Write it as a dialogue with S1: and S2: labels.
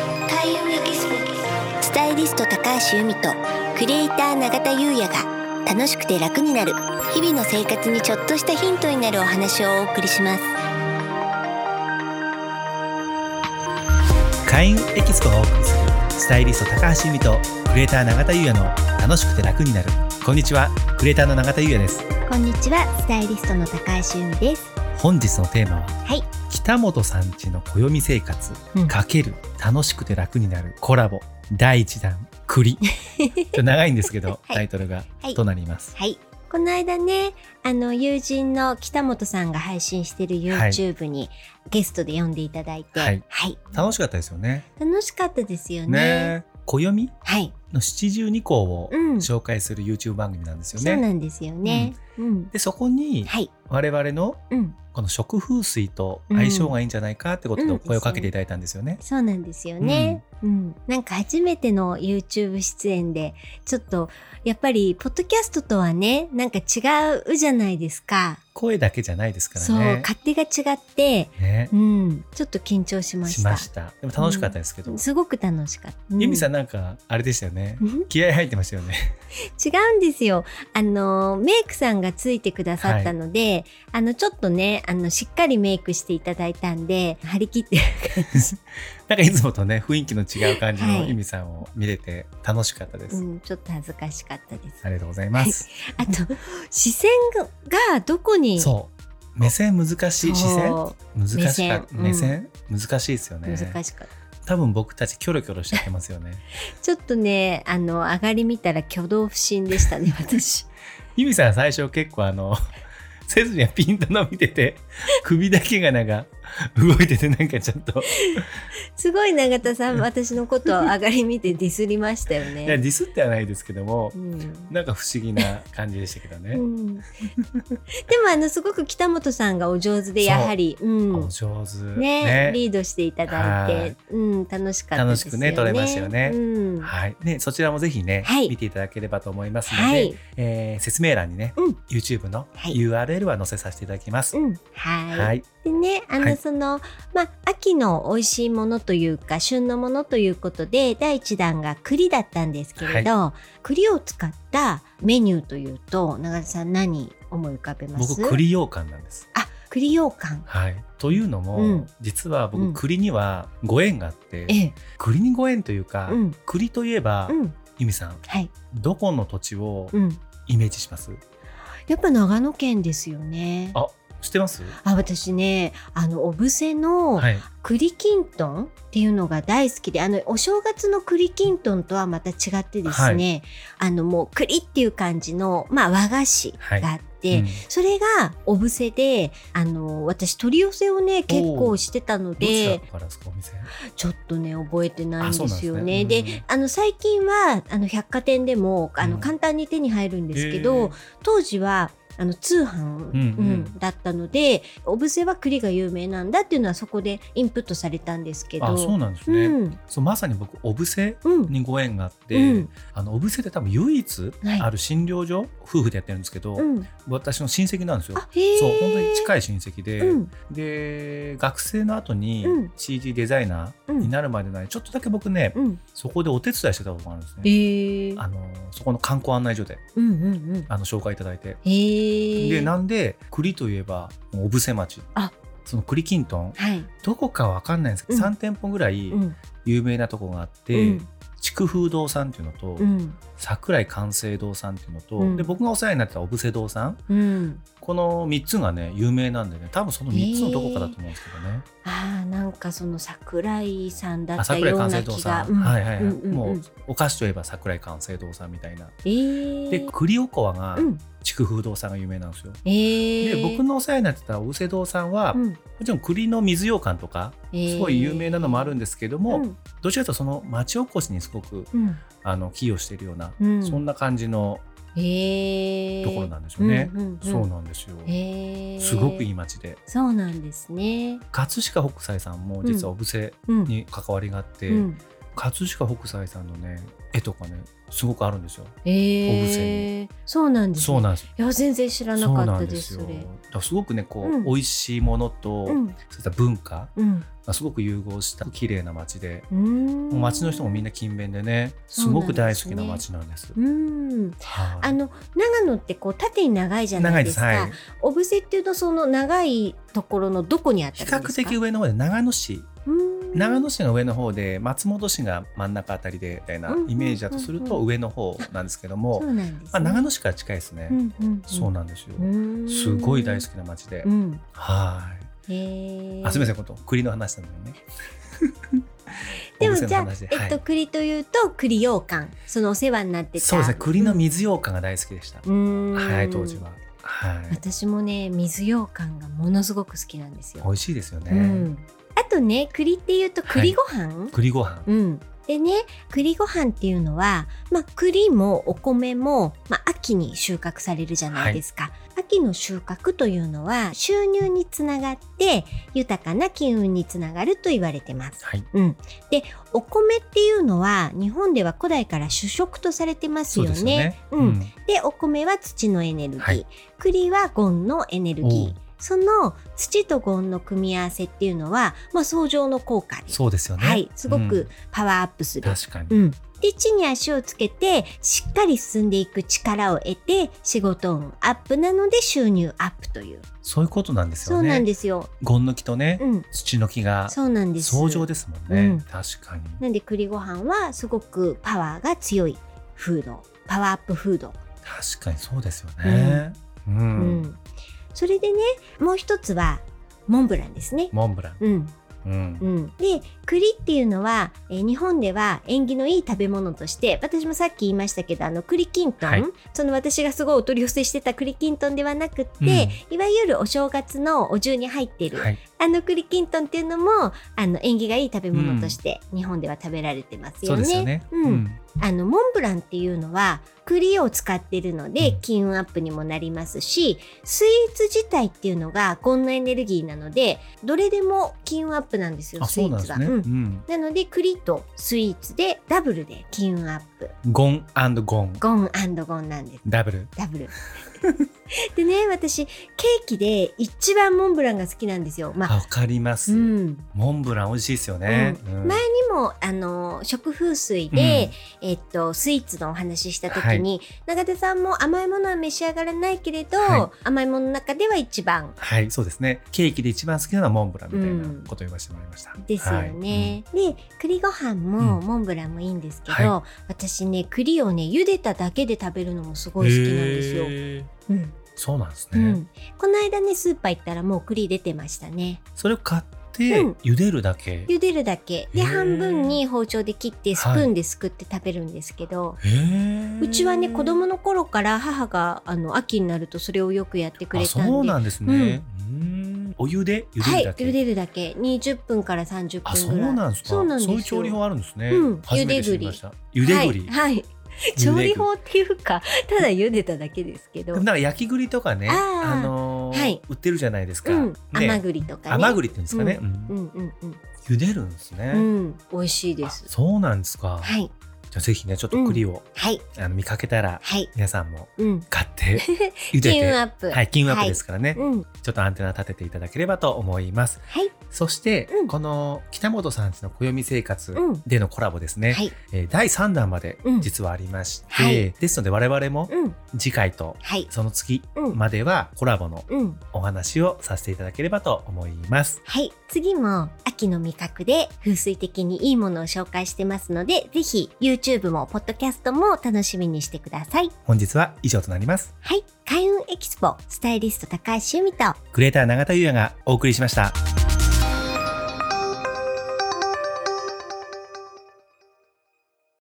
S1: 上由紀子スタイリスト高橋由美とクリエイター永田優也が楽しくて楽になる日々の生活にちょっとしたヒントになるお話をお送りします
S2: 会員エキスポがお送りするスタイリスト高橋由美とクリエイター永田優也の楽しくて楽になるこんにちはクリエイターの永田優也です
S1: こんにちはスタイリストの高橋由美です
S2: 本日のテーマは、
S1: はい
S2: 北本さんちの暦生活
S1: うん
S2: かける楽しくて楽になるコラボ第一弾 栗ちょっと長いんですけど、
S1: はい
S2: タイトルが、
S1: はい
S2: となります
S1: はいこの間ねあの友人の北本さんが配信してる YouTube にゲストで呼んでいただいて
S2: はい
S1: はい、
S2: 楽しかったですよね
S1: 楽しかったですよね
S2: ね暦
S1: はい、
S2: の七十二項を
S1: うん
S2: 紹介する YouTube 番組なんですよ
S1: そ
S2: ね、
S1: うなんですよね、うん、
S2: でそこに
S1: はい
S2: 我々の
S1: うん
S2: この食風水と相性がいいんじゃないかってことで
S1: うん
S2: お声をかけていただいたんですよね。
S1: そうなんですよね、うんなんか初めての YouTube 出演でちょっとやっぱりポッドキャストとはねなんか違うじゃないですか
S2: 声だけじゃないですから
S1: そう
S2: ね。
S1: 勝手が違って、
S2: ね
S1: うん、ちょっと緊張しまし
S2: したました。でも楽しかったですけど、
S1: すごく楽しかった、う
S2: ゆみさんなんかあれでしたよね。
S1: うん
S2: 気合入ってましたよね。
S1: 違うんですよ。あの、メイクさんがついてくださったので、あの、ちょっとね、あの、しっかりメイクしていただいたんで、張り切って、
S2: なんかいつもとね雰囲気の違う感じ
S1: は
S2: の
S1: い
S2: ゆみさんを見れて楽しかったです。
S1: うん、ちょっと恥ずかしかったです
S2: あ。りがとうございます。
S1: あと、視線がどこに
S2: そう目線難しい視線
S1: そ
S2: 難しか
S1: 目線うん
S2: 目線難しいですよ
S1: う
S2: ね。
S1: 難しかった。
S2: 多分僕たちキョロキョロしちゃってますよね。
S1: ちょっとね、あの、上がり見たら挙動不審でしたね、私。
S2: ゆみさん最初結構あの、 せずにはピンと伸びてて、首だけがなんか動いててなんかちょっと、
S1: すごい永田さん、私のことを上がり見てディスりましたよ
S2: いや
S1: ね。
S2: ディスってはないですけども
S1: う、ん
S2: なんか不思議な感じでしたけどね
S1: う。ん、でもあのすごく北本さんがお上手で
S2: そう
S1: やはり、うん
S2: お上手。
S1: ねリードしていただいて、うん、楽しかったですよね。
S2: 楽しくね撮れましたよね
S1: うん、は
S2: はい。ね、そちらもぜひね、
S1: はい
S2: 見ていただければと思いますので、
S1: い、
S2: えー説明欄にね、
S1: うん
S2: YouTube の
S1: はい
S2: URL は載せさせていただきます。
S1: うん、はい。
S2: はい。
S1: でね、あ
S2: は
S1: の
S2: い
S1: その、まあ秋の美味しいものというか旬のものということで第一弾が栗だったんですけれど、栗を使ったメニューというと永田さん何思い浮かべます？
S2: 僕、栗羊羹なんです。
S1: あ栗羊羹。
S2: はい。というのも、
S1: うん
S2: 実は
S1: うん
S2: 僕、栗にはご縁があって、
S1: ええ、
S2: 栗にご縁というか、
S1: うん
S2: 栗といえば、
S1: うん、
S2: ゆみさん
S1: はい、
S2: どこの土地を
S1: うん。
S2: イメージします、
S1: やっぱ長野県ですよね。
S2: あ知ってます
S1: あ私ねあの小布施の
S2: はい
S1: 栗きんとんっていうのが大好きであのお正月の栗きんとんとはまた違ってですね、あのもう栗っていう感じの、まあ、和菓子があって、
S2: うん
S1: それが小布施であの私取り寄せをね結構してたの
S2: どちら
S1: で
S2: からですかお店
S1: ちょっとね覚えてないんですよね。
S2: あそうなん
S1: で
S2: ですねうん
S1: あの最近はあの百貨店でもあの
S2: うん
S1: 簡単に手に入るんですけど、
S2: へー
S1: 当時はあの通販、
S2: うんうん
S1: うんだったのでお布施は栗が有名なんだっていうのはそこでインプットされたんですけど
S2: あそうなんですね、そうまさに僕小布施
S1: うんうん
S2: にご縁があって、
S1: うん
S2: あの小布施で多分唯一
S1: はい
S2: ある診療所、夫婦でやってるんですけど、
S1: うん、
S2: 私の親戚なんですよ
S1: あへえ
S2: そう本当に
S1: い、
S2: 近い親戚で、
S1: うん
S2: で学生の後に
S1: うん
S2: CD デザイナーになるまでの間にちょっとだけ僕ね、
S1: うん、
S2: そこでお手伝いしてたことがあるんです
S1: へ
S2: ね、
S1: え
S2: あのそこの観光案内所で
S1: うんうんうん
S2: あの紹介いただいて
S1: へえ
S2: でなんで栗といえばもう小布施町
S1: あ
S2: その栗きんとん
S1: はい、
S2: どこかわかんないんですけど、
S1: うん
S2: 3店舗ぐらい
S1: うん
S2: 有名なとこがあって、
S1: うん
S2: 筑風堂さんっていうのと、
S1: うん
S2: 桜井寛生堂さんっていうのと、
S1: うん
S2: で僕がお世話になってた小布施堂さん
S1: うん、
S2: この3つがね有名なんでね多分その3つのどこかだと思うんですけどね、
S1: あーなんかその桜井さんだ
S2: あ
S1: った
S2: 桜井
S1: よう
S2: 寛
S1: な
S2: 生堂
S1: 気が、
S2: さん、
S1: うん
S2: はいはいはい、
S1: うんうん
S2: も
S1: う、
S2: うんお菓子といえば桜井寛生堂さんみたいな
S1: えー、
S2: で栗おこわが
S1: うん、
S2: 筑風堂さんが有名なんですよ
S1: えー、
S2: で僕のお世話になってた小布施堂さんは、も
S1: うん、
S2: ちろん栗の水羊羹とかすごい有名なのもあるん
S1: で
S2: ですけども、どちらかというとその町おこしにすごく
S1: うんうん
S2: あの寄与しているような、
S1: うん、
S2: そんな感じの
S1: へえ
S2: ところなんですよね。
S1: うんうんうん
S2: そうなんですよ、
S1: へえ
S2: すごくいい町で
S1: そうなんですね。
S2: 葛飾北斎さんも実は小布施
S1: うん
S2: に関わりがあって、
S1: うん
S2: 葛飾北斎さんのね絵とかねすごくあるんですよ。
S1: ええそうなんです、
S2: そう
S1: ね。
S2: なんです。
S1: いや全然知らな
S2: そう
S1: かっ
S2: な
S1: た
S2: ん
S1: で。
S2: ですす
S1: そ
S2: よ。だ
S1: れ。
S2: からすごくねこう、
S1: うん
S2: 美味しいものと、
S1: うん
S2: そういった文化
S1: うん。
S2: がすごく融合した綺麗な街で、
S1: うーん。
S2: もう街の人もみんな勤勉でねすごく大好きな街なんです。
S1: うん。
S2: はい
S1: あの長野ってこう縦に長いじゃな
S2: 長
S1: い
S2: い
S1: で
S2: ですす。
S1: か。
S2: はい。
S1: オブセっていうとその長いところのどこにあっ
S2: 比
S1: たんで
S2: 較
S1: すか。
S2: 的上の方で長野市
S1: うん
S2: 長野市が上の方で松本市が真ん中あたりでみたいな
S1: うん
S2: イメージだとする
S1: うんう
S2: と上の方なんですけども、
S1: そうなんです、ね。
S2: まあ、長野市から近いですね、
S1: うんうんうん
S2: そうなんですよ、
S1: うん
S2: すごい大好きな街で、
S1: うん。
S2: は
S1: へ
S2: い
S1: え。
S2: あすみませんこと栗の話なんだよね
S1: でも
S2: お店
S1: じ
S2: の
S1: ゃあ、
S2: 話で
S1: えっと、
S2: はい
S1: 栗というと栗羊羹そのお世話になってた
S2: そうですね栗の水羊羹が大好きでした、
S1: うん
S2: はい当時ははい
S1: 私もね水羊羹がものすごく好きなんですよ、
S2: 美味しいですよね、
S1: うん、あとね栗っていうと栗ご飯、
S2: 栗ご飯
S1: うんでね栗ご飯っていうのは、まあ、栗もお米も、まあ、秋に収穫されるじゃないですか、秋の収穫というのは収入につながって豊かな金運につながると言われてます
S2: はい
S1: うん、でお米っていうのは日本では古代から主食とされてます
S2: そう
S1: よ
S2: で
S1: ね。
S2: すよね
S1: うんでお米は土のエネルギー、
S2: はい
S1: 栗はゴンのエネルギ
S2: お
S1: ー
S2: う
S1: その土とゴンの組み合わせっていうのは、まあ、相乗の効果で
S2: そうですよね、
S1: はい、すご
S2: う
S1: く
S2: ん
S1: パワーアップする。
S2: 確かに、
S1: うんで地に足をつけてしっかり進んでいく力を得て仕事運アップなので収入アップという、
S2: そういうことなんです
S1: そ
S2: よ
S1: う
S2: ね
S1: なんですよ、
S2: ゴンの木とね、
S1: うん、
S2: 土の木が
S1: そうなんです
S2: 相乗ですもんね、
S1: うん
S2: 確かに
S1: なんで栗ご飯はすごくパワーが強いフードパワーアップフード、
S2: 確かにそうですよね、うん
S1: うんそれでねもう一つはモンブランですね。
S2: モンブラン、
S1: うん
S2: うん
S1: うん、で栗っていうのは、えー日本では縁起のいい食べ物として私もさっき言いましたけどあの栗きんとん、
S2: はい
S1: その私がすごいお取り寄せしてた栗きんとんではなくって、
S2: うん
S1: いわゆるお正月のお重に入ってる、
S2: はい、
S1: あの栗きんとんっていうのもあの縁起がいい食べ物として日本では食べられてます
S2: そ
S1: よ
S2: うですよ
S1: ね。
S2: ね、
S1: うんあのモンブランっていうのは栗を使ってるので
S2: うん
S1: 金運アップにもなりますし、スイーツ自体っていうのがこんなエネルギーなのでどれでも金運アップなんですよ
S2: あ
S1: ス
S2: そ
S1: イ
S2: う
S1: ー
S2: なん
S1: ツ
S2: で
S1: は。
S2: すね、
S1: うん
S2: うん
S1: なので栗とスイーツでダブルで金運アップ
S2: ゴンゴン
S1: ゴンゴンなんです
S2: ダブル
S1: ダブル。 でね私ケーキで一番モンブランが好きなんですよ。まあ
S2: あわかります、
S1: うん、
S2: モンブラン美味しいですよね、うん
S1: 前にもあの食風水で、えっと、スイーツのお話しした時に、永田さんも甘いものは召し上がらないけれど、
S2: は
S1: 甘いものの中では一番
S2: はいそうですねケーキで一番好きなのはモンブランみたいな
S1: うん
S2: ことを言わせてもらいました、
S1: ですよね。で栗ご飯もモンブランもいいんですけど、
S2: は
S1: 私ね栗をね茹でただけで食べるのもすご
S2: はいい
S1: 好きなんですよ。
S2: へー
S1: うん
S2: そうなんです
S1: う
S2: ね、
S1: ん、この間ねスーパー行ったらもう栗出てましたね
S2: それを買って
S1: うん
S2: 茹でるだけ、
S1: 茹でるだけで
S2: へー
S1: 半分に包丁で切ってスプーンですくって食べるんですけど、
S2: へー
S1: うちはね子供の頃から母があの秋になるとそれをよくやってくれたん
S2: あ
S1: で
S2: そうなんですね、うんお湯で茹で
S1: は
S2: る
S1: い
S2: だけ、
S1: 茹でるだけ20分から30
S2: あ、そ
S1: 分
S2: う
S1: ぐらい
S2: なんですか。
S1: そうなんですよ
S2: いう調理法あるんですね。
S1: うん
S2: 初めて知りました。茹で
S1: はい
S2: 栗。
S1: はい、
S2: 栗
S1: 調理法っていうかただ茹でただけですけ
S2: で
S1: ど、
S2: もなんか焼き栗とかね、
S1: あー
S2: あのー
S1: はい
S2: 売ってるじゃないですか。
S1: うん、甘
S2: ね、
S1: 栗とかね
S2: 甘栗って言うんですかね。うん
S1: うんうんうん
S2: 茹でるんですね。
S1: うん美味しいで
S2: あ
S1: す
S2: そうなんですか。
S1: はい
S2: じゃあぜひね、ちょっと栗を、
S1: はい
S2: あの見かけたら
S1: はい
S2: 皆さんも
S1: うん
S2: 買って茹で
S1: 金運
S2: て。
S1: アップ
S2: はい、金運アップですからね、
S1: うん
S2: ちょっとアンテナ立てていただければと思います。
S1: はい
S2: そして、
S1: うん
S2: この北本さんちの暦生活
S1: うん
S2: でのコラボですね、
S1: はい
S2: えー第3弾まで
S1: うん
S2: 実はありまして、
S1: はい
S2: ですので我々も
S1: うん
S2: 次回と
S1: はい
S2: その次
S1: うん
S2: まではコラボの
S1: うん
S2: お話をさせていただければと思います。
S1: はい次も秋の味覚で風水的にいいものを紹介してますのでぜひ YouTube もポッドキャストも楽しみにしてください
S2: 本日は以上となります。
S1: はい開運エキスポスタイリスト高橋由美と
S2: グレーター永田優也がお送りしました。